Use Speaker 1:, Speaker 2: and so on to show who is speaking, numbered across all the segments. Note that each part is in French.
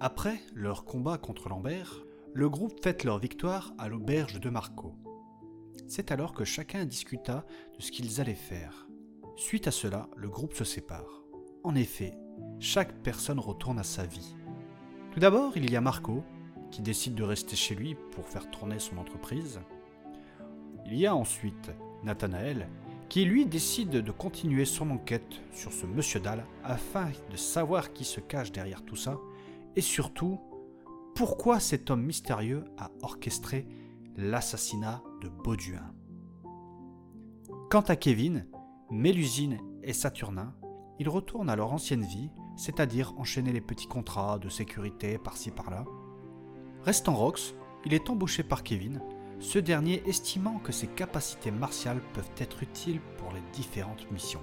Speaker 1: Après leur combat contre Lambert, le groupe fête leur victoire à l'auberge de Marco. C'est alors que chacun discuta de ce qu'ils allaient faire. Suite à cela, le groupe se sépare. En effet, chaque personne retourne à sa vie. Tout d'abord, il y a Marco, qui décide de rester chez lui pour faire tourner son entreprise. Il y a ensuite Nathanaël, qui lui décide de continuer son enquête sur ce monsieur Dalle afin de savoir qui se cache derrière tout ça et surtout pourquoi cet homme mystérieux a orchestré l'assassinat de Bauduin. Quant à Kevin, Mélusine et Saturnin, ils retournent à leur ancienne vie, c'est-à-dire enchaîner les petits contrats de sécurité par-ci par-là. Restant Rox, il est embauché par Kevin, ce dernier estimant que ses capacités martiales peuvent être utiles pour les différentes missions.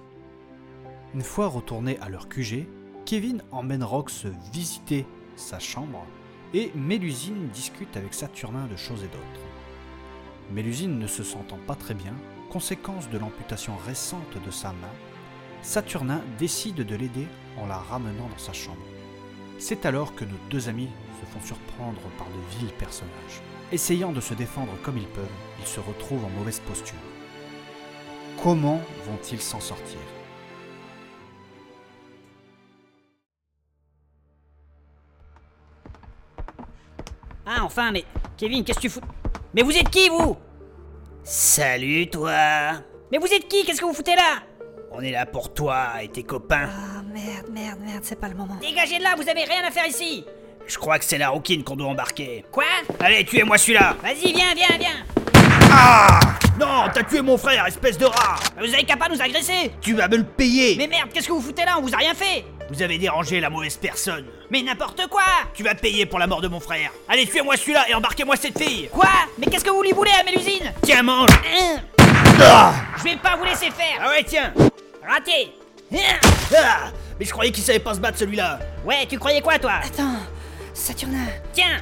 Speaker 1: Une fois retournés à leur QG, Kevin emmène Rox visiter sa chambre et Mélusine discute avec Saturnin de choses et d'autres. Mélusine ne se sentant pas très bien, conséquence de l'amputation récente de sa main, Saturnin décide de l'aider en la ramenant dans sa chambre. C'est alors que nos deux amis se font surprendre par de vils personnages. Essayant de se défendre comme ils peuvent, ils se retrouvent en mauvaise posture. Comment vont-ils s'en sortir
Speaker 2: Ah, enfin, mais. Kevin, qu'est-ce que tu fous Mais vous êtes qui, vous
Speaker 3: Salut toi
Speaker 2: Mais vous êtes qui Qu'est-ce que vous foutez là
Speaker 3: On est là pour toi et tes copains.
Speaker 4: Ah merde, merde, merde, c'est pas le moment.
Speaker 2: Dégagez de là, vous avez rien à faire ici
Speaker 3: Je crois que c'est la rouquine qu'on doit embarquer.
Speaker 2: Quoi
Speaker 3: Allez, tuez-moi celui-là
Speaker 2: Vas-y, viens, viens, viens
Speaker 3: Ah Non, t'as tué mon frère, espèce de rat Ah,
Speaker 2: Vous avez qu'à pas nous agresser
Speaker 3: Tu vas me le payer
Speaker 2: Mais merde, qu'est-ce que vous foutez là On vous a rien fait
Speaker 3: Vous avez dérangé la mauvaise personne.
Speaker 2: Mais n'importe quoi
Speaker 3: Tu vas payer pour la mort de mon frère. Allez, tuez-moi celui-là et embarquez-moi cette fille
Speaker 2: Quoi Mais qu'est-ce que vous lui voulez à Mélusine
Speaker 3: Tiens, mange
Speaker 2: Hein
Speaker 3: Ah,
Speaker 2: Je vais pas vous laisser faire
Speaker 3: Ah ouais, tiens
Speaker 2: Raté Hein
Speaker 3: Ah Mais je croyais qu'il savait pas se battre celui-là
Speaker 2: Ouais, tu croyais quoi, toi
Speaker 4: Attends, Saturnin,
Speaker 2: Tiens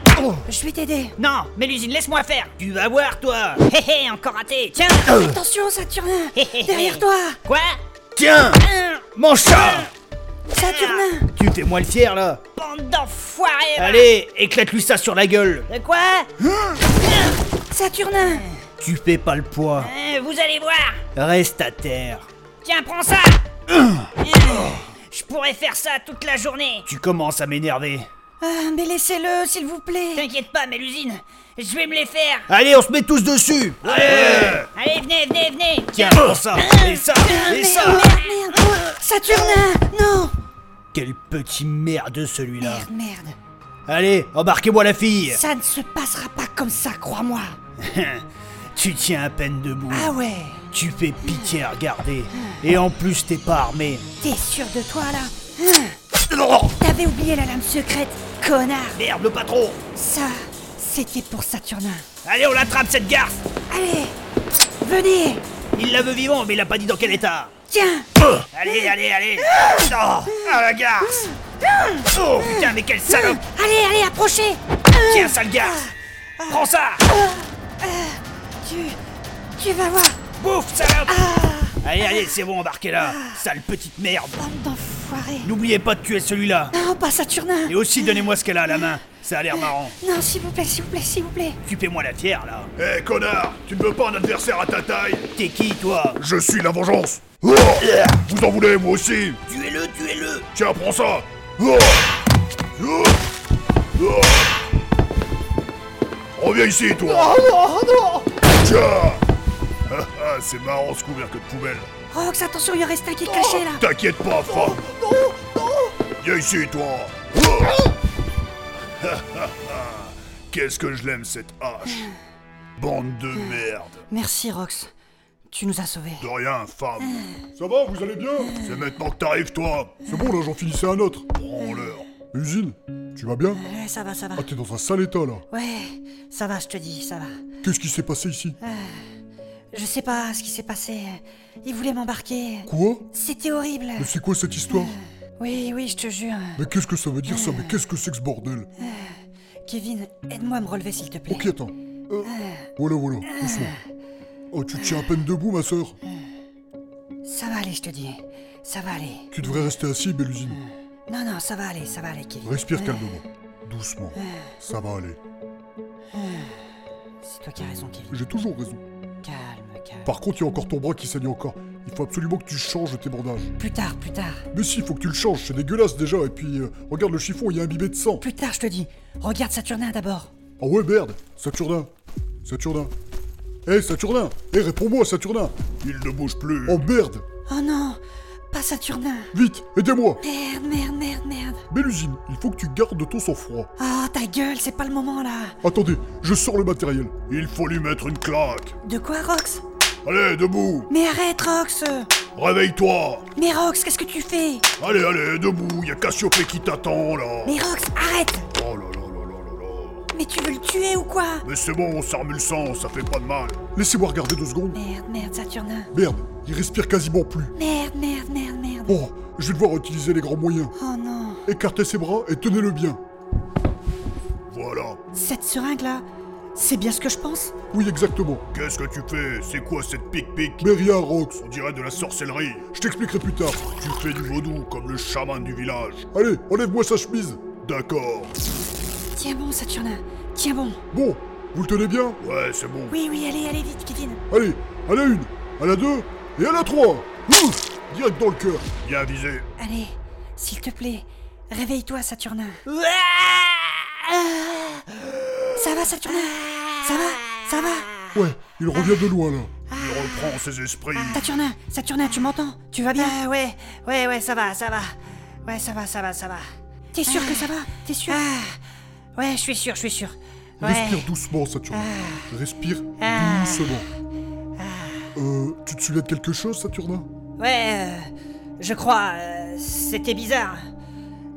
Speaker 4: je vais t'aider.
Speaker 2: Non, Mélusine, laisse-moi faire
Speaker 3: Tu vas voir, toi
Speaker 2: Hé hé, encore raté Tiens
Speaker 3: Euh.
Speaker 4: Attention, Saturnin Derrière toi
Speaker 2: Quoi
Speaker 3: Tiens
Speaker 2: Hein
Speaker 3: Mon chat
Speaker 4: Saturnin
Speaker 3: Tu fais-moi le fier, là
Speaker 2: Bande d'enfoirés va.
Speaker 3: Allez, éclate-lui ça sur la gueule
Speaker 2: De quoi
Speaker 4: Saturnin
Speaker 3: Tu fais pas le poids.
Speaker 2: Hein, Vous allez voir
Speaker 3: Reste à terre.
Speaker 2: Tiens, prends ça Hein, Je pourrais faire ça toute la journée
Speaker 3: Tu commences à m'énerver.
Speaker 4: Ah, mais laissez-le, s'il vous plaît
Speaker 2: T'inquiète pas, Mélusine, je vais me les faire
Speaker 3: Allez, on se met tous dessus Allez
Speaker 2: Allez, venez, venez, venez
Speaker 3: Tiens, prends ça Et ça
Speaker 4: Ah,
Speaker 3: Et
Speaker 4: merde,
Speaker 3: ça Ah.
Speaker 4: merde, merde Saturnin Non
Speaker 3: Quel petit merde celui-là
Speaker 4: Merde, merde
Speaker 3: Allez, embarquez-moi la fille
Speaker 4: Ça ne se passera pas comme ça, crois-moi
Speaker 3: Tu tiens à peine debout.
Speaker 4: Ah ouais
Speaker 3: Tu fais pitié à regarder. Et en plus, t'es pas armé. Oh,
Speaker 4: T'es sûr de toi, là Hein T'avais oublié la lame secrète, connard
Speaker 3: Merde, le patron
Speaker 4: Ça, c'était pour Saturnin.
Speaker 3: Allez, on l'attrape cette garce
Speaker 4: Allez Venez
Speaker 3: Il la veut vivant, mais il a pas dit dans quel état
Speaker 4: Tiens
Speaker 3: Allez, allez, allez Oh Ah, la garce Oh, putain, mais quelle salope
Speaker 4: Allez, allez, approchez Ah.
Speaker 3: Tiens, sale garce Prends ça
Speaker 4: Tu... Tu vas voir Ah,
Speaker 3: Bouffe, salope Allez, allez, c'est bon, embarquez-la Sale petite merde
Speaker 4: Bande d'enfoirés
Speaker 3: N'oubliez pas de tuer celui-là
Speaker 4: Non, pas Saturnin
Speaker 3: Et aussi, donnez-moi ce qu'elle a à la main Ça a l'air marrant
Speaker 4: Non, s'il vous plaît, s'il vous plaît, s'il vous plaît
Speaker 3: Occupez-moi la pierre, là
Speaker 5: Hé Eh, connard, tu ne veux pas un adversaire à ta taille
Speaker 3: T'es qui, toi
Speaker 5: Je suis la vengeance Oh Vous en voulez, moi aussi
Speaker 3: Tuez-le, tuez-le
Speaker 5: Tiens, prends ça Oh Oh Oh Reviens ici, toi Oh non, non Tiens Ah, ah, C'est marrant ce couvercle de poubelle
Speaker 4: Rox, attention, il en reste un
Speaker 6: Oh,
Speaker 4: qui est caché, là
Speaker 5: T'inquiète pas, femme Non, non Viens ici, toi Oh Ah, ah, ah. Qu'est-ce que je l'aime, cette hache Bande de merde
Speaker 4: Merci, Rox. Tu nous as sauvés.
Speaker 5: De rien, femme. Ça va, vous allez bien C'est maintenant que t'arrives, toi.
Speaker 6: C'est bon là, j'en finissais un autre.
Speaker 5: Branleur.
Speaker 6: Usine, tu vas bien
Speaker 4: Ouais, ça va, ça va.
Speaker 6: Ah, t'es dans un sale état là.
Speaker 4: Ouais, ça va, je te dis, ça va.
Speaker 6: Qu'est-ce qui s'est passé ici
Speaker 4: Je sais pas ce qui s'est passé. Ils voulaient m'embarquer.
Speaker 6: Quoi
Speaker 4: C'était horrible.
Speaker 6: Mais c'est quoi cette histoire
Speaker 4: Oui, oui, je te jure.
Speaker 6: Mais qu'est-ce que ça veut dire ça Mais qu'est-ce que c'est que ce bordel
Speaker 4: Kevin, aide-moi à me relever, s'il te plaît.
Speaker 6: Ok, attends. Euh, voilà, voilà, doucement. Oh, tu te tiens à peine debout, ma sœur.
Speaker 4: Ça va aller, je te dis. Ça va aller.
Speaker 6: Tu devrais rester assis, Bélusine.
Speaker 4: Non, non, ça va aller, ça va aller, Kevin.
Speaker 6: Respire calmement. Doucement. Ça va aller.
Speaker 2: C'est toi qui as raison, Kevin.
Speaker 6: J'ai toujours raison.
Speaker 2: Calme, calme.
Speaker 6: Par contre, il y a encore ton bras qui saigne encore. Il faut absolument que tu changes tes bandages.
Speaker 2: Plus tard, plus tard.
Speaker 6: Mais si, il faut que tu le changes, c'est dégueulasse déjà. Et puis, euh, regarde le chiffon, il y a imbibé de sang.
Speaker 2: Plus tard, je te dis. Regarde Saturnin d'abord.
Speaker 6: Ah ouais, merde Saturnin Saturnin Hé, Saturnin Hé, réponds-moi, Saturnin
Speaker 5: Il ne bouge plus.
Speaker 6: Oh merde
Speaker 4: Oh non Pas Saturnin
Speaker 6: Vite, aidez-moi
Speaker 4: Merde, merde, merde, merde
Speaker 6: Mélusine, il faut que tu gardes ton sang-froid.
Speaker 4: Oh, ta gueule, c'est pas le moment là
Speaker 6: Attendez, je sors le matériel.
Speaker 5: Il faut lui mettre une claque.
Speaker 4: De quoi, Rox
Speaker 5: Allez, debout.
Speaker 4: Mais arrête, Rox
Speaker 5: Réveille-toi.
Speaker 4: Mais Rox, qu'est-ce que tu fais
Speaker 5: Allez, allez, debout. Il y a Cassiopée qui t'attend là.
Speaker 4: Mais Rox, arrête
Speaker 5: Oh là là là là là là.
Speaker 4: Mais tu veux le tuer ou quoi
Speaker 5: Mais c'est bon, ça remue le sang, ça fait pas de mal.
Speaker 6: Laissez-moi regarder deux secondes.
Speaker 4: Merde, merde, Saturnin.
Speaker 6: Merde, il respire quasiment plus.
Speaker 4: Merde, merde, merde, merde.
Speaker 6: Bon, je vais devoir utiliser les grands moyens.
Speaker 4: Oh non.
Speaker 6: Écartez ses bras et tenez-le bien.
Speaker 5: Voilà.
Speaker 4: Cette seringue là, c'est bien ce que je pense
Speaker 6: Oui, exactement.
Speaker 5: Qu'est-ce que tu fais C'est quoi cette pic-pic
Speaker 6: Mais rien, Rox.
Speaker 5: On dirait de la sorcellerie.
Speaker 6: Je t'expliquerai plus tard.
Speaker 5: Tu fais du vaudou comme le chaman du village.
Speaker 6: Allez, enlève-moi sa chemise.
Speaker 5: D'accord.
Speaker 4: Tiens bon, Saturnin. Tiens bon.
Speaker 6: Bon, vous le tenez bien
Speaker 5: Ouais, c'est bon.
Speaker 4: Oui, oui, allez, allez vite, Kevin.
Speaker 6: Allez, à la une, à la deux et à la trois. Ouh Direct dans le cœur.
Speaker 5: Bien visé.
Speaker 4: Allez, s'il te plaît, réveille-toi, Saturnin. Ça va, Saturnin Ça va Ça va
Speaker 6: Ouais, il revient de loin là.
Speaker 5: Il reprend ses esprits.
Speaker 4: Saturnin, Saturnin, tu m'entends Tu vas bien
Speaker 2: Ah ouais, ouais, ouais, ça va, ça va. Ouais, ça va, ça va, ça va.
Speaker 4: T'es sûr que ça va T'es sûr
Speaker 2: Ah, ouais, je suis sûr, je suis sûr. Ouais.
Speaker 6: Respire doucement, Saturnin. Respire
Speaker 2: Ah.
Speaker 6: doucement. Euh, tu te souviens de quelque chose, Saturnin
Speaker 2: Ouais, euh, je crois. euh, C'était bizarre.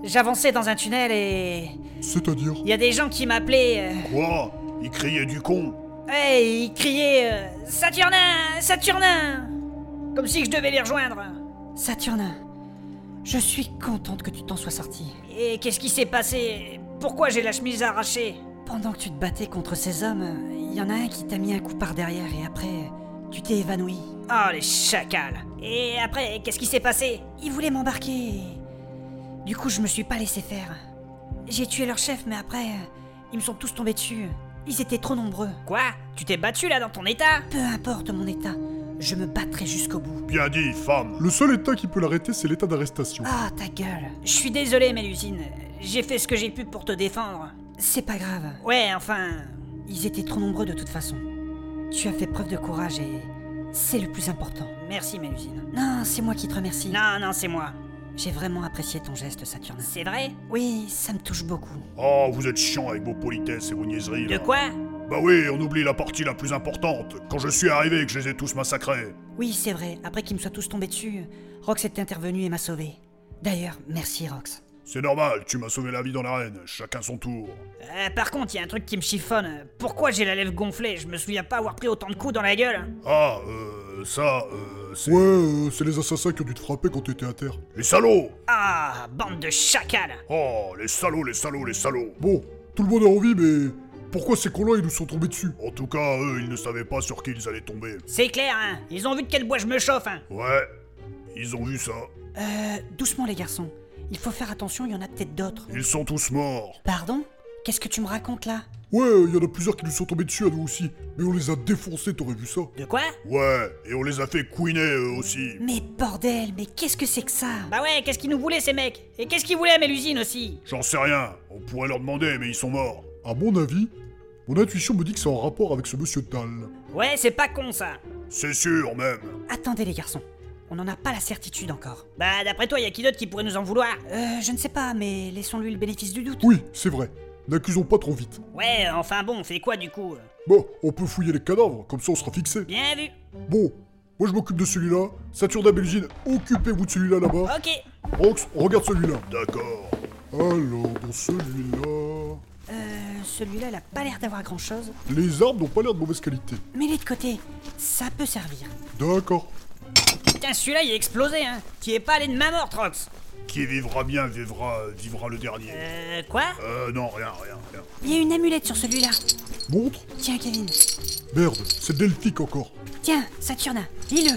Speaker 2: J'avançais dans un tunnel et.
Speaker 6: C'est-à-dire
Speaker 2: Il y a des gens qui m'appelaient. euh,
Speaker 5: Quoi Il criait du con.
Speaker 2: ouais, ils criaient euh, Saturnin Saturnin Comme si je devais les rejoindre.
Speaker 4: Saturnin, je suis contente que tu t'en sois sorti.
Speaker 2: Et qu'est-ce qui s'est passé Pourquoi j'ai la chemise arrachée
Speaker 4: Pendant que tu te battais contre ces hommes, il y en a un qui t'a mis un coup par derrière et après, tu t'es évanoui.
Speaker 2: Oh, les chacals Et après, qu'est-ce qui s'est passé
Speaker 4: Ils voulaient m'embarquer. et- Du coup, je me suis pas laissé faire. J'ai tué leur chef, mais après, euh, ils me sont tous tombés dessus. Ils étaient trop nombreux.
Speaker 2: Quoi Tu t'es battu là dans ton état
Speaker 4: Peu importe mon état, je me battrai jusqu'au bout.
Speaker 5: Bien dit, femme.
Speaker 6: Le seul état qui peut l'arrêter, c'est l'état d'arrestation.
Speaker 4: Ah, ta gueule.
Speaker 2: Je suis désolé, Mélusine. J'ai fait ce que j'ai pu pour te défendre.
Speaker 4: C'est pas grave.
Speaker 2: Ouais, enfin.
Speaker 4: Ils étaient trop nombreux de toute façon. Tu as fait preuve de courage et c'est le plus important.
Speaker 2: Merci, Mélusine.
Speaker 4: Non, c'est moi qui te remercie.
Speaker 2: Non, non, c'est moi.
Speaker 4: J'ai vraiment apprécié ton geste, Saturnin.
Speaker 2: C'est vrai
Speaker 4: Oui, ça me touche beaucoup.
Speaker 5: Oh, vous êtes chiant avec vos politesses et vos niaiseries.
Speaker 2: De
Speaker 5: là.
Speaker 2: quoi
Speaker 5: Bah oui, on oublie la partie la plus importante. Quand je suis arrivé et que je les ai tous massacrés.
Speaker 4: Oui, c'est vrai. Après qu'ils me soient tous tombés dessus, Rox est intervenu et m'a sauvé. D'ailleurs, merci Rox.
Speaker 5: C'est normal, tu m'as sauvé la vie dans l'arène. Chacun son tour.
Speaker 2: Euh, Par contre, il y a un truc qui me chiffonne. Pourquoi j'ai la lèvre gonflée Je me souviens pas avoir pris autant de coups dans la gueule.
Speaker 5: Ah, euh, ça, euh, c'est.
Speaker 6: Ouais, euh, c'est les assassins qui ont dû te frapper quand t'étais à terre.
Speaker 5: Les salauds
Speaker 2: Ah, bande de chacals
Speaker 5: Oh, les salauds, les salauds, les salauds.
Speaker 6: Bon, tout le monde a envie, mais pourquoi ces colons ils nous sont tombés dessus
Speaker 5: En tout cas, eux, ils ne savaient pas sur qui ils allaient tomber.
Speaker 2: C'est clair, hein Ils ont vu de quel bois je me chauffe, hein
Speaker 5: Ouais, ils ont vu ça.
Speaker 4: Euh, doucement les garçons. Il faut faire attention, il y en a peut-être d'autres.
Speaker 5: Ils sont tous morts.
Speaker 4: Pardon Qu'est-ce que tu me racontes là
Speaker 6: Ouais, euh, il y en a plusieurs qui nous sont tombés dessus à nous aussi, mais on les a défoncés, t'aurais vu ça
Speaker 2: De quoi
Speaker 5: Ouais, et on les a fait couiner eux aussi.
Speaker 4: Mais bordel, mais qu'est-ce que c'est que ça
Speaker 2: Bah ouais, qu'est-ce qu'ils nous voulaient ces mecs Et qu'est-ce qu'ils voulaient à Mélusine aussi
Speaker 5: J'en sais rien, on pourrait leur demander, mais ils sont morts.
Speaker 6: À mon avis, mon intuition me dit que c'est en rapport avec ce monsieur Tal.
Speaker 2: Ouais, c'est pas con ça
Speaker 5: C'est sûr même.
Speaker 4: Attendez les garçons, on n'en a pas la certitude encore.
Speaker 2: Bah d'après toi, y a qui d'autre qui pourrait nous en vouloir
Speaker 4: Euh, je ne sais pas, mais laissons-lui le bénéfice du doute.
Speaker 6: Oui, c'est vrai, n'accusons pas trop vite.
Speaker 2: Ouais, enfin bon, on fait quoi du coup
Speaker 6: Bon, on peut fouiller les cadavres, comme ça on sera fixé.
Speaker 2: Bien vu
Speaker 6: Bon, moi je m'occupe de celui-là, Saturna Belgine, occupez-vous de celui-là là-bas.
Speaker 2: Ok
Speaker 6: Rox, on regarde celui-là.
Speaker 5: D'accord.
Speaker 6: Alors, dans celui-là...
Speaker 4: Euh, celui-là, il a pas l'air d'avoir grand-chose.
Speaker 6: Les arbres n'ont pas l'air de mauvaise qualité.
Speaker 4: Mais les de côté, ça peut servir.
Speaker 6: D'accord.
Speaker 2: Putain, celui-là, il est explosé, hein Tu es pas allé de ma mort, Trox
Speaker 5: Qui vivra bien vivra, vivra le dernier.
Speaker 2: Euh, quoi
Speaker 5: Euh, non, rien, rien, rien.
Speaker 4: Il y a une amulette sur celui-là.
Speaker 6: Montre
Speaker 4: Tiens, Kevin.
Speaker 6: Merde, c'est delphique encore.
Speaker 4: Tiens, Saturna, lis-le.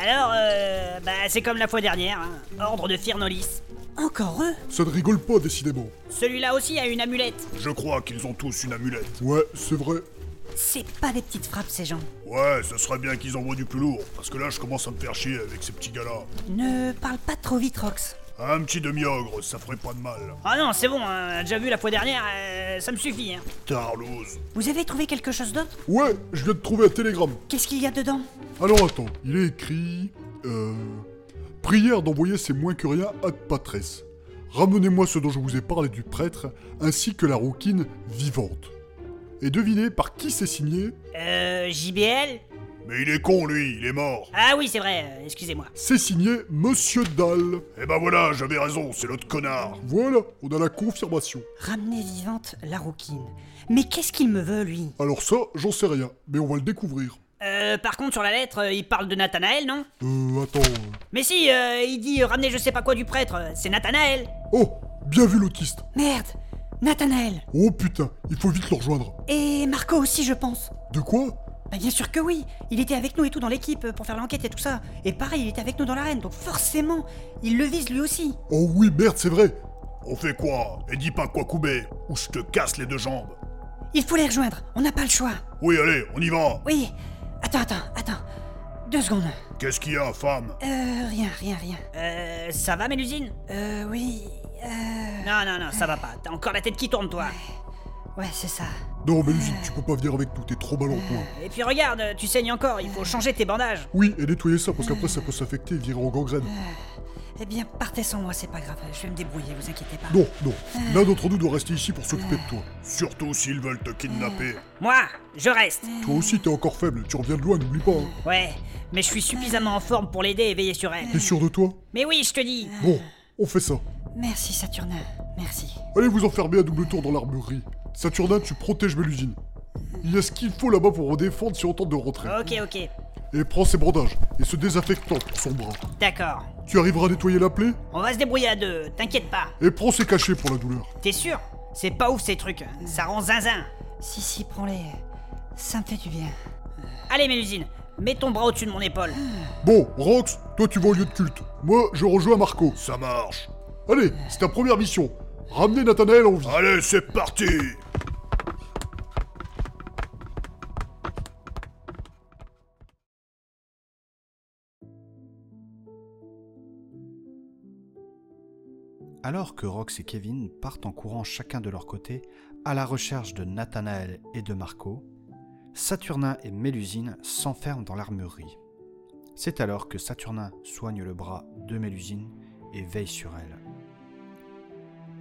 Speaker 2: Alors, euh, bah c'est comme la fois dernière, hein. Ordre de Firnolis.
Speaker 4: Encore eux
Speaker 6: Ça ne rigole pas, décidément.
Speaker 2: Celui-là aussi a une amulette.
Speaker 5: Je crois qu'ils ont tous une amulette.
Speaker 6: Ouais, c'est vrai.
Speaker 4: C'est pas des petites frappes, ces gens.
Speaker 5: Ouais, ce serait bien qu'ils envoient du plus lourd, parce que là, je commence à me faire chier avec ces petits gars-là.
Speaker 4: Ne parle pas trop vite, Rox.
Speaker 5: Un petit demi-ogre, ça ferait pas de mal.
Speaker 2: Ah non, c'est bon, hein, on a déjà vu la fois dernière, euh, ça me suffit. hein.
Speaker 5: Tarlouse.
Speaker 4: Vous avez trouvé quelque chose d'autre
Speaker 6: Ouais, je viens de trouver un télégramme.
Speaker 4: Qu'est-ce qu'il y a dedans
Speaker 6: Alors attends, il est écrit... Euh... Prière d'envoyer ces moins que rien à Patresse. Ramenez-moi ce dont je vous ai parlé du prêtre, ainsi que la rouquine vivante. Et devinez par qui c'est signé
Speaker 2: Euh, JBL
Speaker 5: Mais il est con, lui, il est mort.
Speaker 2: Ah oui, c'est vrai, euh, excusez-moi.
Speaker 6: C'est signé Monsieur Dalle.
Speaker 5: Eh ben voilà, j'avais raison, c'est l'autre connard.
Speaker 6: Voilà, on a la confirmation.
Speaker 4: Ramener vivante la rouquine. Mais qu'est-ce qu'il me veut, lui
Speaker 6: Alors ça, j'en sais rien, mais on va le découvrir.
Speaker 2: Euh, par contre, sur la lettre, euh, il parle de Nathanaël, non
Speaker 6: Euh, attends... euh.
Speaker 2: Mais si, euh, il dit euh, ramener je sais pas quoi du prêtre, euh, c'est Nathanaël
Speaker 6: Oh, bien vu l'autiste.
Speaker 4: Merde Nathanaël
Speaker 6: Oh putain, il faut vite le rejoindre.
Speaker 4: Et Marco aussi, je pense.
Speaker 6: De quoi
Speaker 4: Bah bien sûr que oui Il était avec nous et tout dans l'équipe euh, pour faire l'enquête et tout ça. Et pareil, il était avec nous dans l'arène, donc forcément, il le vise lui aussi.
Speaker 6: Oh oui, merde, c'est vrai.
Speaker 5: On fait quoi Et dis pas quoi couper, ou je te casse les deux jambes.
Speaker 4: Il faut les rejoindre, on n'a pas le choix.
Speaker 5: Oui, allez, on y va.
Speaker 4: Oui. Attends, attends, attends. Deux secondes.
Speaker 5: Qu'est-ce qu'il y a, femme
Speaker 4: Euh, rien, rien, rien.
Speaker 2: Euh, ça va, Mélusine
Speaker 4: Euh, oui. Euh...
Speaker 2: Non, non, non, ça va pas, t'as encore la tête qui tourne, toi.
Speaker 4: Ouais, c'est ça.
Speaker 6: Non, mais Lucie, tu peux pas venir avec nous, t'es trop mal en point.
Speaker 2: Et puis regarde, euh, tu saignes encore, il faut changer tes bandages.
Speaker 6: Oui, et nettoyer ça, parce qu'après ça peut s'affecter et virer en gangrène.
Speaker 4: Eh bien, partez sans moi, c'est pas grave. Je vais me débrouiller, vous inquiétez pas.
Speaker 6: Non, non, l'un d'entre nous doit rester ici pour s'occuper de toi.
Speaker 5: Surtout s'ils veulent te kidnapper.
Speaker 2: Moi, je reste.
Speaker 6: Toi aussi, t'es encore faible, tu reviens de loin, n'oublie pas. Hein.
Speaker 2: Ouais, mais je suis suffisamment en forme pour l'aider et veiller sur elle.
Speaker 6: T'es sûr de toi
Speaker 2: Mais oui, je te dis.
Speaker 6: Bon, on fait ça.
Speaker 4: Merci, Saturnin. Merci.
Speaker 6: Allez vous enfermer à double tour dans l'armurerie. Saturnin, tu protèges Mélusine. Il y a ce qu'il faut là-bas pour en défendre si on tente de rentrer.
Speaker 2: Ok, ok,
Speaker 6: Et prends ses bandages et ce désinfectant pour son bras.
Speaker 2: d'accord.
Speaker 6: Tu arriveras à nettoyer la plaie
Speaker 2: On va se débrouiller à deux, t'inquiète pas.
Speaker 6: et prends ses cachets pour la douleur.
Speaker 2: T'es sûr C'est pas ouf ces trucs, ça rend zinzin.
Speaker 4: Si, si, prends-les. Ça me fait du bien.
Speaker 2: Allez, Mélusine, mets ton bras au-dessus de mon épaule.
Speaker 6: Bon, Rox, toi tu vas au lieu de culte. Moi, je rejoins Marco.
Speaker 5: Ça marche.
Speaker 6: Allez, c'est ta première mission. Ramener Nathanaël en vie.
Speaker 5: Allez, c'est parti
Speaker 1: Alors que Rox et Kevin partent en courant chacun de leur côté à la recherche de Nathanaël et de Marco, Saturnin et Mélusine s'enferment dans l'armurerie. C'est alors que Saturnin soigne le bras de Mélusine et veille sur elle.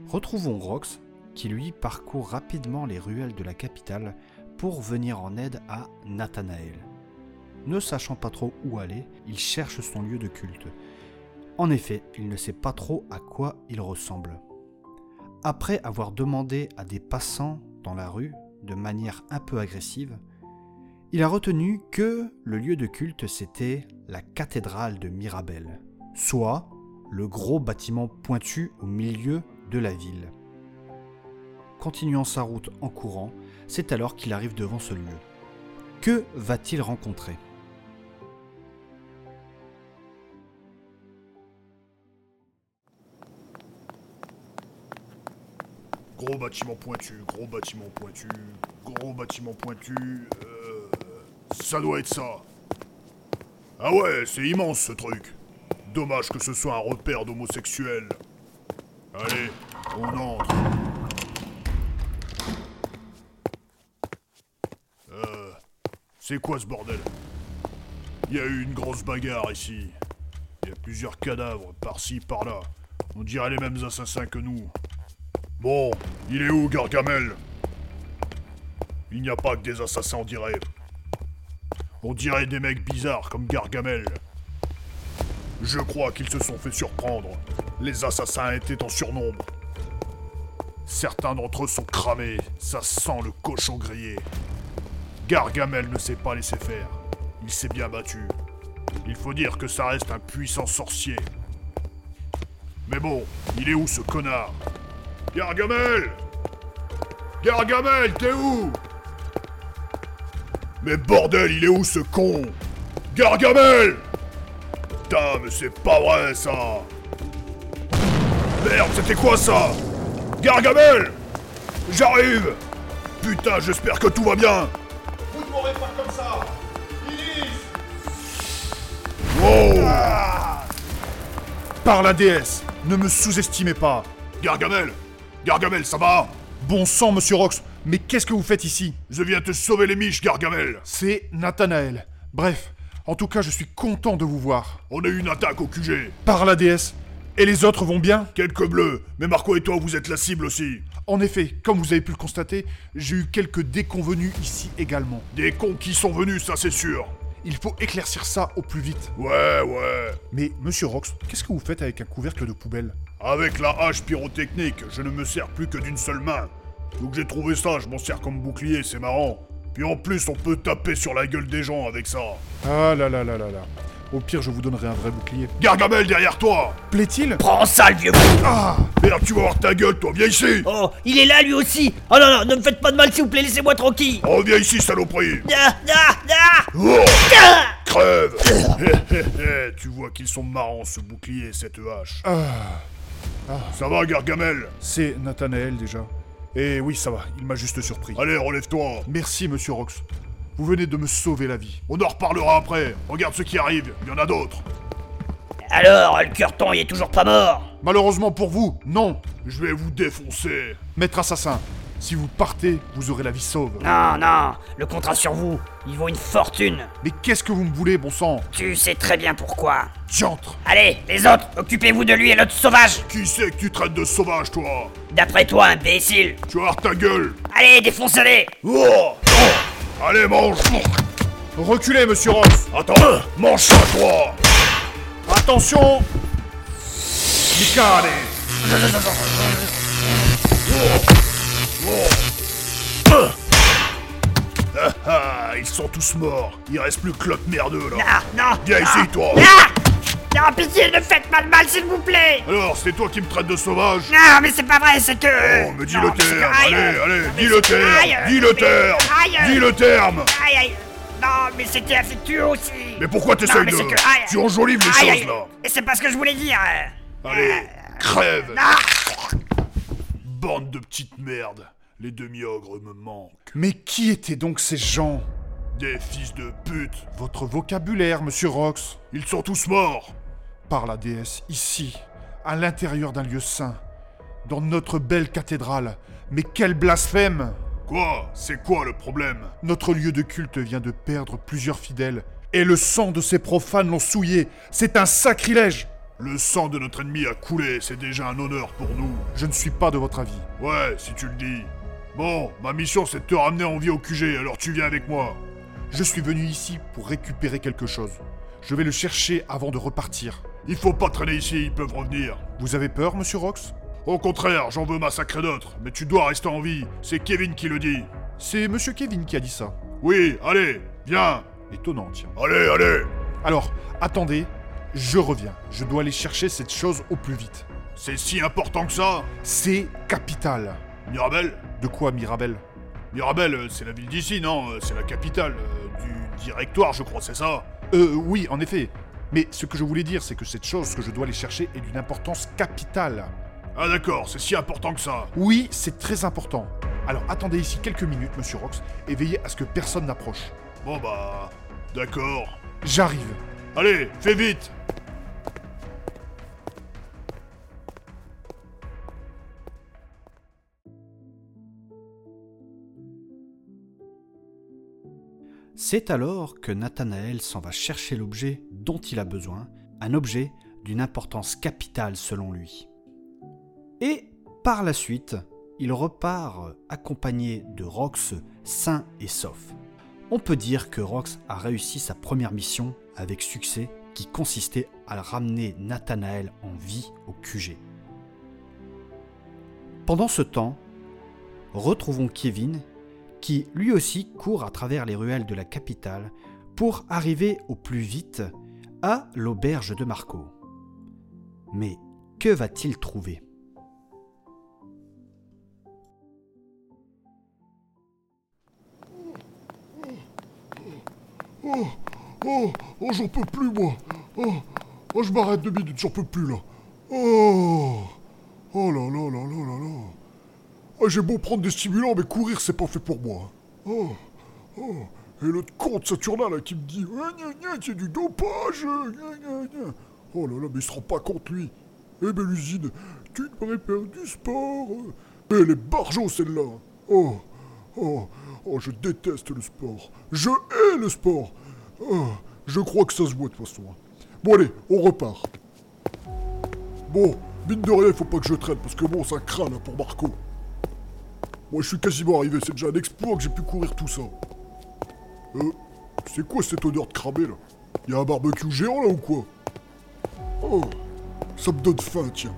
Speaker 1: Retrouvons Rox qui lui parcourt rapidement les ruelles de la capitale pour venir en aide à Nathanaël. Ne sachant pas trop où aller, il cherche son lieu de culte en effet, il ne sait pas trop à quoi il ressemble. Après avoir demandé à des passants dans la rue, de manière un peu agressive, il a retenu que le lieu de culte c'était la cathédrale de Mirabel, soit le gros bâtiment pointu au milieu de la ville. Continuant sa route en courant, c'est alors qu'il arrive devant ce lieu. Que va-t-il rencontrer
Speaker 5: Gros bâtiment pointu, gros bâtiment pointu, gros bâtiment pointu. euh, ça doit être ça. Ah ouais, c'est immense ce truc. Dommage que ce soit un repère d'homosexuels. Allez, on entre. Euh, c'est quoi ce bordel Il y a eu une grosse bagarre ici. Il y a plusieurs cadavres par-ci, par-là. On dirait les mêmes assassins que nous. Bon, il est où Gargamel Il n'y a pas que des assassins, on dirait. On dirait des mecs bizarres comme Gargamel. Je crois qu'ils se sont fait surprendre. Les assassins étaient en surnombre. Certains d'entre eux sont cramés, ça sent le cochon grillé. Gargamel ne s'est pas laissé faire. Il s'est bien battu. Il faut dire que ça reste un puissant sorcier. Mais bon, il est où ce connard Gargamel Gargamel, t'es où Mais bordel, il est où ce con Gargamel Putain, mais c'est pas vrai ça
Speaker 6: Merde, c'était quoi ça Gargamel J'arrive Putain, j'espère que tout va bien Vous ne mourrez pas comme ça Wow Par la déesse, ne me sous-estimez pas Gargamel Gargamel, ça va Bon sang, monsieur Rox, mais qu'est-ce que vous faites ici Je viens te sauver les miches, Gargamel C'est Nathanaël. Bref, en tout cas, je suis content de vous voir. On a eu une attaque au QG Par la déesse et les autres vont bien Quelques bleus, mais Marco et toi, vous êtes la cible aussi. En effet, comme vous avez pu le constater, j'ai eu quelques déconvenus ici également. Des cons qui sont venus, ça c'est sûr. Il faut éclaircir ça au plus vite. Ouais, ouais. Mais, monsieur Rox, qu'est-ce que vous faites avec un couvercle de poubelle Avec la hache pyrotechnique, je ne me sers plus que d'une seule main. Donc j'ai trouvé ça, je m'en sers comme bouclier, c'est marrant. Puis en plus, on peut taper sur la gueule des gens avec ça.
Speaker 7: Ah là là là là là. Au pire, je vous donnerai un vrai bouclier.
Speaker 6: Gargamel derrière toi
Speaker 7: Plaît-il
Speaker 3: Prends ça, le vieux
Speaker 6: Ah Merde, tu vas voir ta gueule, toi, viens ici
Speaker 3: Oh, il est là, lui aussi Oh non, non, ne me faites pas de mal, s'il vous plaît, laissez-moi tranquille
Speaker 7: Oh.
Speaker 6: Reviens ici, saloperie
Speaker 3: Ah, ah, ah
Speaker 6: Oh
Speaker 3: Ah
Speaker 6: Crève Hé, hé, hé, Tu vois qu'ils sont marrants, ce bouclier et cette hache. Ça va, Gargamel
Speaker 7: Ah. C'est Nathanaël déjà. Et oui, ça va, il m'a juste surpris.
Speaker 6: Allez, relève-toi
Speaker 7: Merci, monsieur Rox. Vous venez de me sauver la vie.
Speaker 6: On en reparlera après Regarde ce qui arrive, il y en a d'autres
Speaker 3: Alors, le curton, il est toujours pas mort
Speaker 7: Malheureusement pour vous, non,
Speaker 6: Je vais vous défoncer
Speaker 7: maître assassin. Si vous partez, vous aurez la vie sauve.
Speaker 6: Ah.
Speaker 3: Non, non, le contrat sur vous, il vaut une fortune
Speaker 7: Mais qu'est-ce que vous me voulez, bon sang
Speaker 3: Tu sais très bien pourquoi
Speaker 7: Diantre
Speaker 3: Allez, les autres, occupez-vous de lui et l'autre sauvage
Speaker 6: Qui c'est que tu traites de sauvage, toi
Speaker 3: D'après toi, imbécile
Speaker 6: Tu vas voir ta gueule
Speaker 3: Allez, défoncez-les
Speaker 6: Oh Allez, mange
Speaker 7: Reculez, monsieur Rox
Speaker 6: Attends Mange ça, toi
Speaker 7: Attention
Speaker 6: Mikare Ah ah, ils sont tous morts. Il reste plus que l'autre merdeux là.
Speaker 3: Ah, non
Speaker 6: Viens ici, toi.
Speaker 3: Ah Non, pitié, ne faites pas de mal, s'il vous plaît
Speaker 6: Alors, c'est toi qui me traites de sauvage
Speaker 3: Non, mais c'est pas vrai, c'est que... euh,
Speaker 6: Oh, mais dis
Speaker 3: Non,
Speaker 6: le
Speaker 3: mais c'est
Speaker 6: terme.
Speaker 3: aïe.
Speaker 6: Allez, allez,
Speaker 3: Non, mais
Speaker 6: dis le
Speaker 3: c'est aïe. euh,
Speaker 6: terme. Dis le
Speaker 3: Mais-
Speaker 6: terme.
Speaker 3: aïe. euh,
Speaker 6: Dis le terme.
Speaker 3: Aïe, aïe Non, mais c'était affectueux aussi
Speaker 6: Mais pourquoi
Speaker 3: Non,
Speaker 6: t'essayes
Speaker 3: mais
Speaker 6: de.
Speaker 3: c'est que... aïe.
Speaker 6: Tu enjolives les
Speaker 3: Aïe,
Speaker 6: choses
Speaker 3: aïe.
Speaker 6: là.
Speaker 3: Et c'est pas ce que je voulais dire euh.
Speaker 6: Allez, crève.
Speaker 3: Ah
Speaker 6: Bande de petites merdes. Les demi-ogres me manquent.
Speaker 7: Mais qui étaient donc ces gens
Speaker 6: Des fils de pute.
Speaker 7: Votre vocabulaire, monsieur Rox
Speaker 6: Ils sont tous morts.
Speaker 7: Par la déesse, ici, à l'intérieur d'un lieu saint, dans notre belle cathédrale. Mais quel blasphème
Speaker 6: Quoi C'est quoi le problème
Speaker 7: Notre lieu de culte vient de perdre plusieurs fidèles, et le sang de ces profanes l'ont souillé. C'est un sacrilège
Speaker 6: Le sang de notre ennemi a coulé, c'est déjà un honneur pour nous.
Speaker 7: Je ne suis pas de votre avis.
Speaker 6: Ouais, si tu le dis. Bon, ma mission c'est de te ramener en vie au QG, alors tu viens avec moi.
Speaker 7: Je suis venu ici pour récupérer quelque chose. Je vais le chercher avant de repartir.
Speaker 6: Il faut pas traîner ici, ils peuvent revenir.
Speaker 7: Vous avez peur, monsieur Rox
Speaker 6: Au contraire, j'en veux massacrer d'autres, mais tu dois rester en vie, c'est Kevin qui le dit.
Speaker 7: C'est monsieur Kevin qui a dit ça.
Speaker 6: Oui, allez, viens.
Speaker 7: Étonnant, tiens.
Speaker 6: Allez, allez.
Speaker 7: Alors, attendez, je reviens. Je dois aller chercher cette chose au plus vite.
Speaker 6: C'est si important que ça
Speaker 7: C'est capital.
Speaker 6: Mirabel
Speaker 7: De quoi, Mirabel
Speaker 6: Mirabel, euh, c'est la ville d'ici, non Euh, C'est la capitale euh, du directoire, je crois, c'est ça
Speaker 7: Euh, oui, en effet. Mais ce que je voulais dire, c'est que cette chose que je dois aller chercher est d'une importance capitale.
Speaker 6: Ah d'accord, c'est si important que ça.
Speaker 7: Oui, c'est très important. Alors attendez ici quelques minutes, monsieur Rox, et veillez à ce que personne n'approche.
Speaker 6: Bon bah, d'accord.
Speaker 7: J'arrive.
Speaker 6: Allez, fais vite
Speaker 1: C'est alors que Nathanaël s'en va chercher l'objet dont il a besoin, un objet d'une importance capitale selon lui. Et par la suite, il repart accompagné de Rox sain et sauf. On peut dire que Rox a réussi sa première mission avec succès qui consistait à ramener Nathanaël en vie au QG. Pendant ce temps, retrouvons Kevin qui lui aussi court à travers les ruelles de la capitale pour arriver au plus vite à l'auberge de Marco. Mais que va-t-il trouver
Speaker 8: Oh, oh, oh, j'en peux plus, moi. Oh, oh je m'arrête deux minutes, j'en peux plus, là. Oh,
Speaker 6: Ah, j'ai beau prendre des stimulants, mais courir, c'est pas fait pour moi. Oh, oh. Et l'autre con de Saturnin, là, qui me dit Ah, gna, gna, c'est du dopage gna, gna, gna. Oh là là, mais il se rend pas compte, lui. Eh ben, l'usine, tu devrais faire du sport. Eh, Mais elle est barjot, celle-là. Oh, oh, oh, je déteste le sport. Je hais le sport. Oh, je crois que ça se voit, de toute façon. Bon, allez, on repart. Bon, mine de rien, faut pas que je traîne, parce que bon, ça craint, là, pour Marco. Moi, je suis quasiment arrivé, c'est déjà un exploit que j'ai pu courir tout ça. Euh, c'est quoi cette odeur de cramé, là Y a un barbecue géant, là, ou quoi Oh, ça me donne faim, tiens.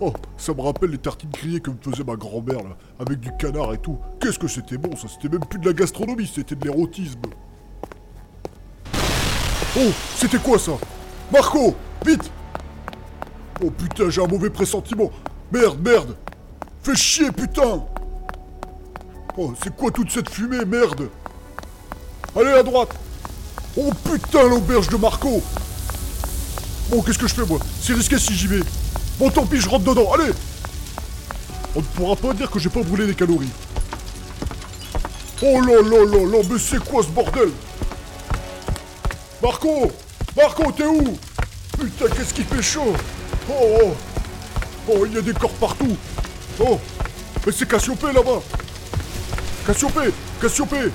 Speaker 6: Oh, ça me rappelle les tartines grillées que me faisait ma grand-mère, là, avec du canard et tout. Qu'est-ce que c'était bon, ça C'était même plus de la gastronomie, c'était de l'érotisme. Oh, c'était quoi, ça Marco, vite Oh putain, j'ai un mauvais pressentiment Merde, merde Fais chier, putain Oh, c'est quoi toute cette fumée, merde Allez, à droite Oh putain, l'auberge de Marco Bon, qu'est-ce que je fais, moi C'est risqué si j'y vais Bon, tant pis, je rentre dedans, allez On ne pourra pas dire que j'ai pas brûlé des calories. Oh là là là là, mais c'est quoi ce bordel Marco Marco, t'es où Putain, qu'est-ce qu'il fait chaud Oh oh Oh, il y a des corps partout Oh Mais c'est Cassiopée là-bas Cassiopée Cassiopée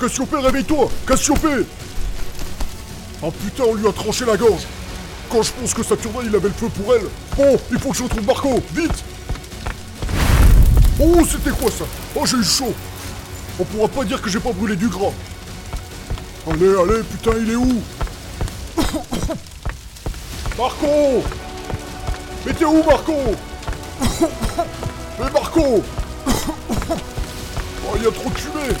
Speaker 6: Cassiopée, réveille-toi Cassiopée Oh putain, on lui a tranché la gorge Quand je pense que Saturnin, il avait le feu pour elle Bon, il faut que je retrouve Marco Vite Oh, c'était quoi ça Oh, j'ai eu chaud On pourra pas dire que j'ai pas brûlé du gras Allez, allez, putain, il est où Marco Mais t'es où, Marco Mais Marco Oh, il y a trop de fumée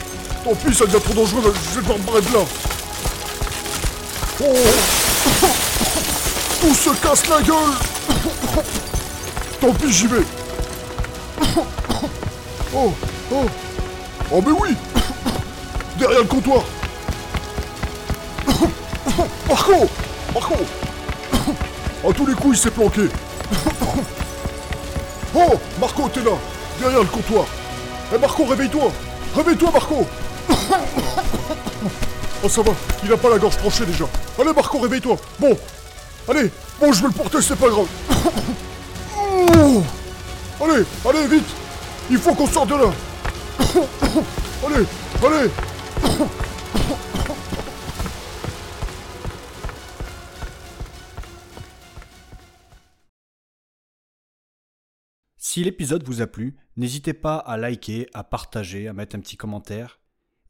Speaker 6: Tant pis, ça devient trop dangereux, là, je vais devoir me barrer de là Oh On se casse la gueule Tant pis, j'y vais Oh Oh Oh, mais oui Derrière le comptoir Marco Marco À tous les coups, il s'est planqué Oh Marco, t'es là Derrière le comptoir Eh Marco, réveille-toi Réveille-toi, Marco Oh, ça va, il a pas la gorge tranchée déjà. Allez, Marco, réveille-toi Bon Allez Bon, je vais le porter, c'est pas grave Oh. Allez, allez, vite Il faut qu'on sorte de là Allez, allez
Speaker 1: Si l'épisode vous a plu, n'hésitez pas à liker, à partager, à mettre un petit commentaire,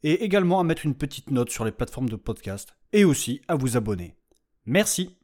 Speaker 1: et également à mettre une petite note sur les plateformes de podcast, et aussi à vous abonner. Merci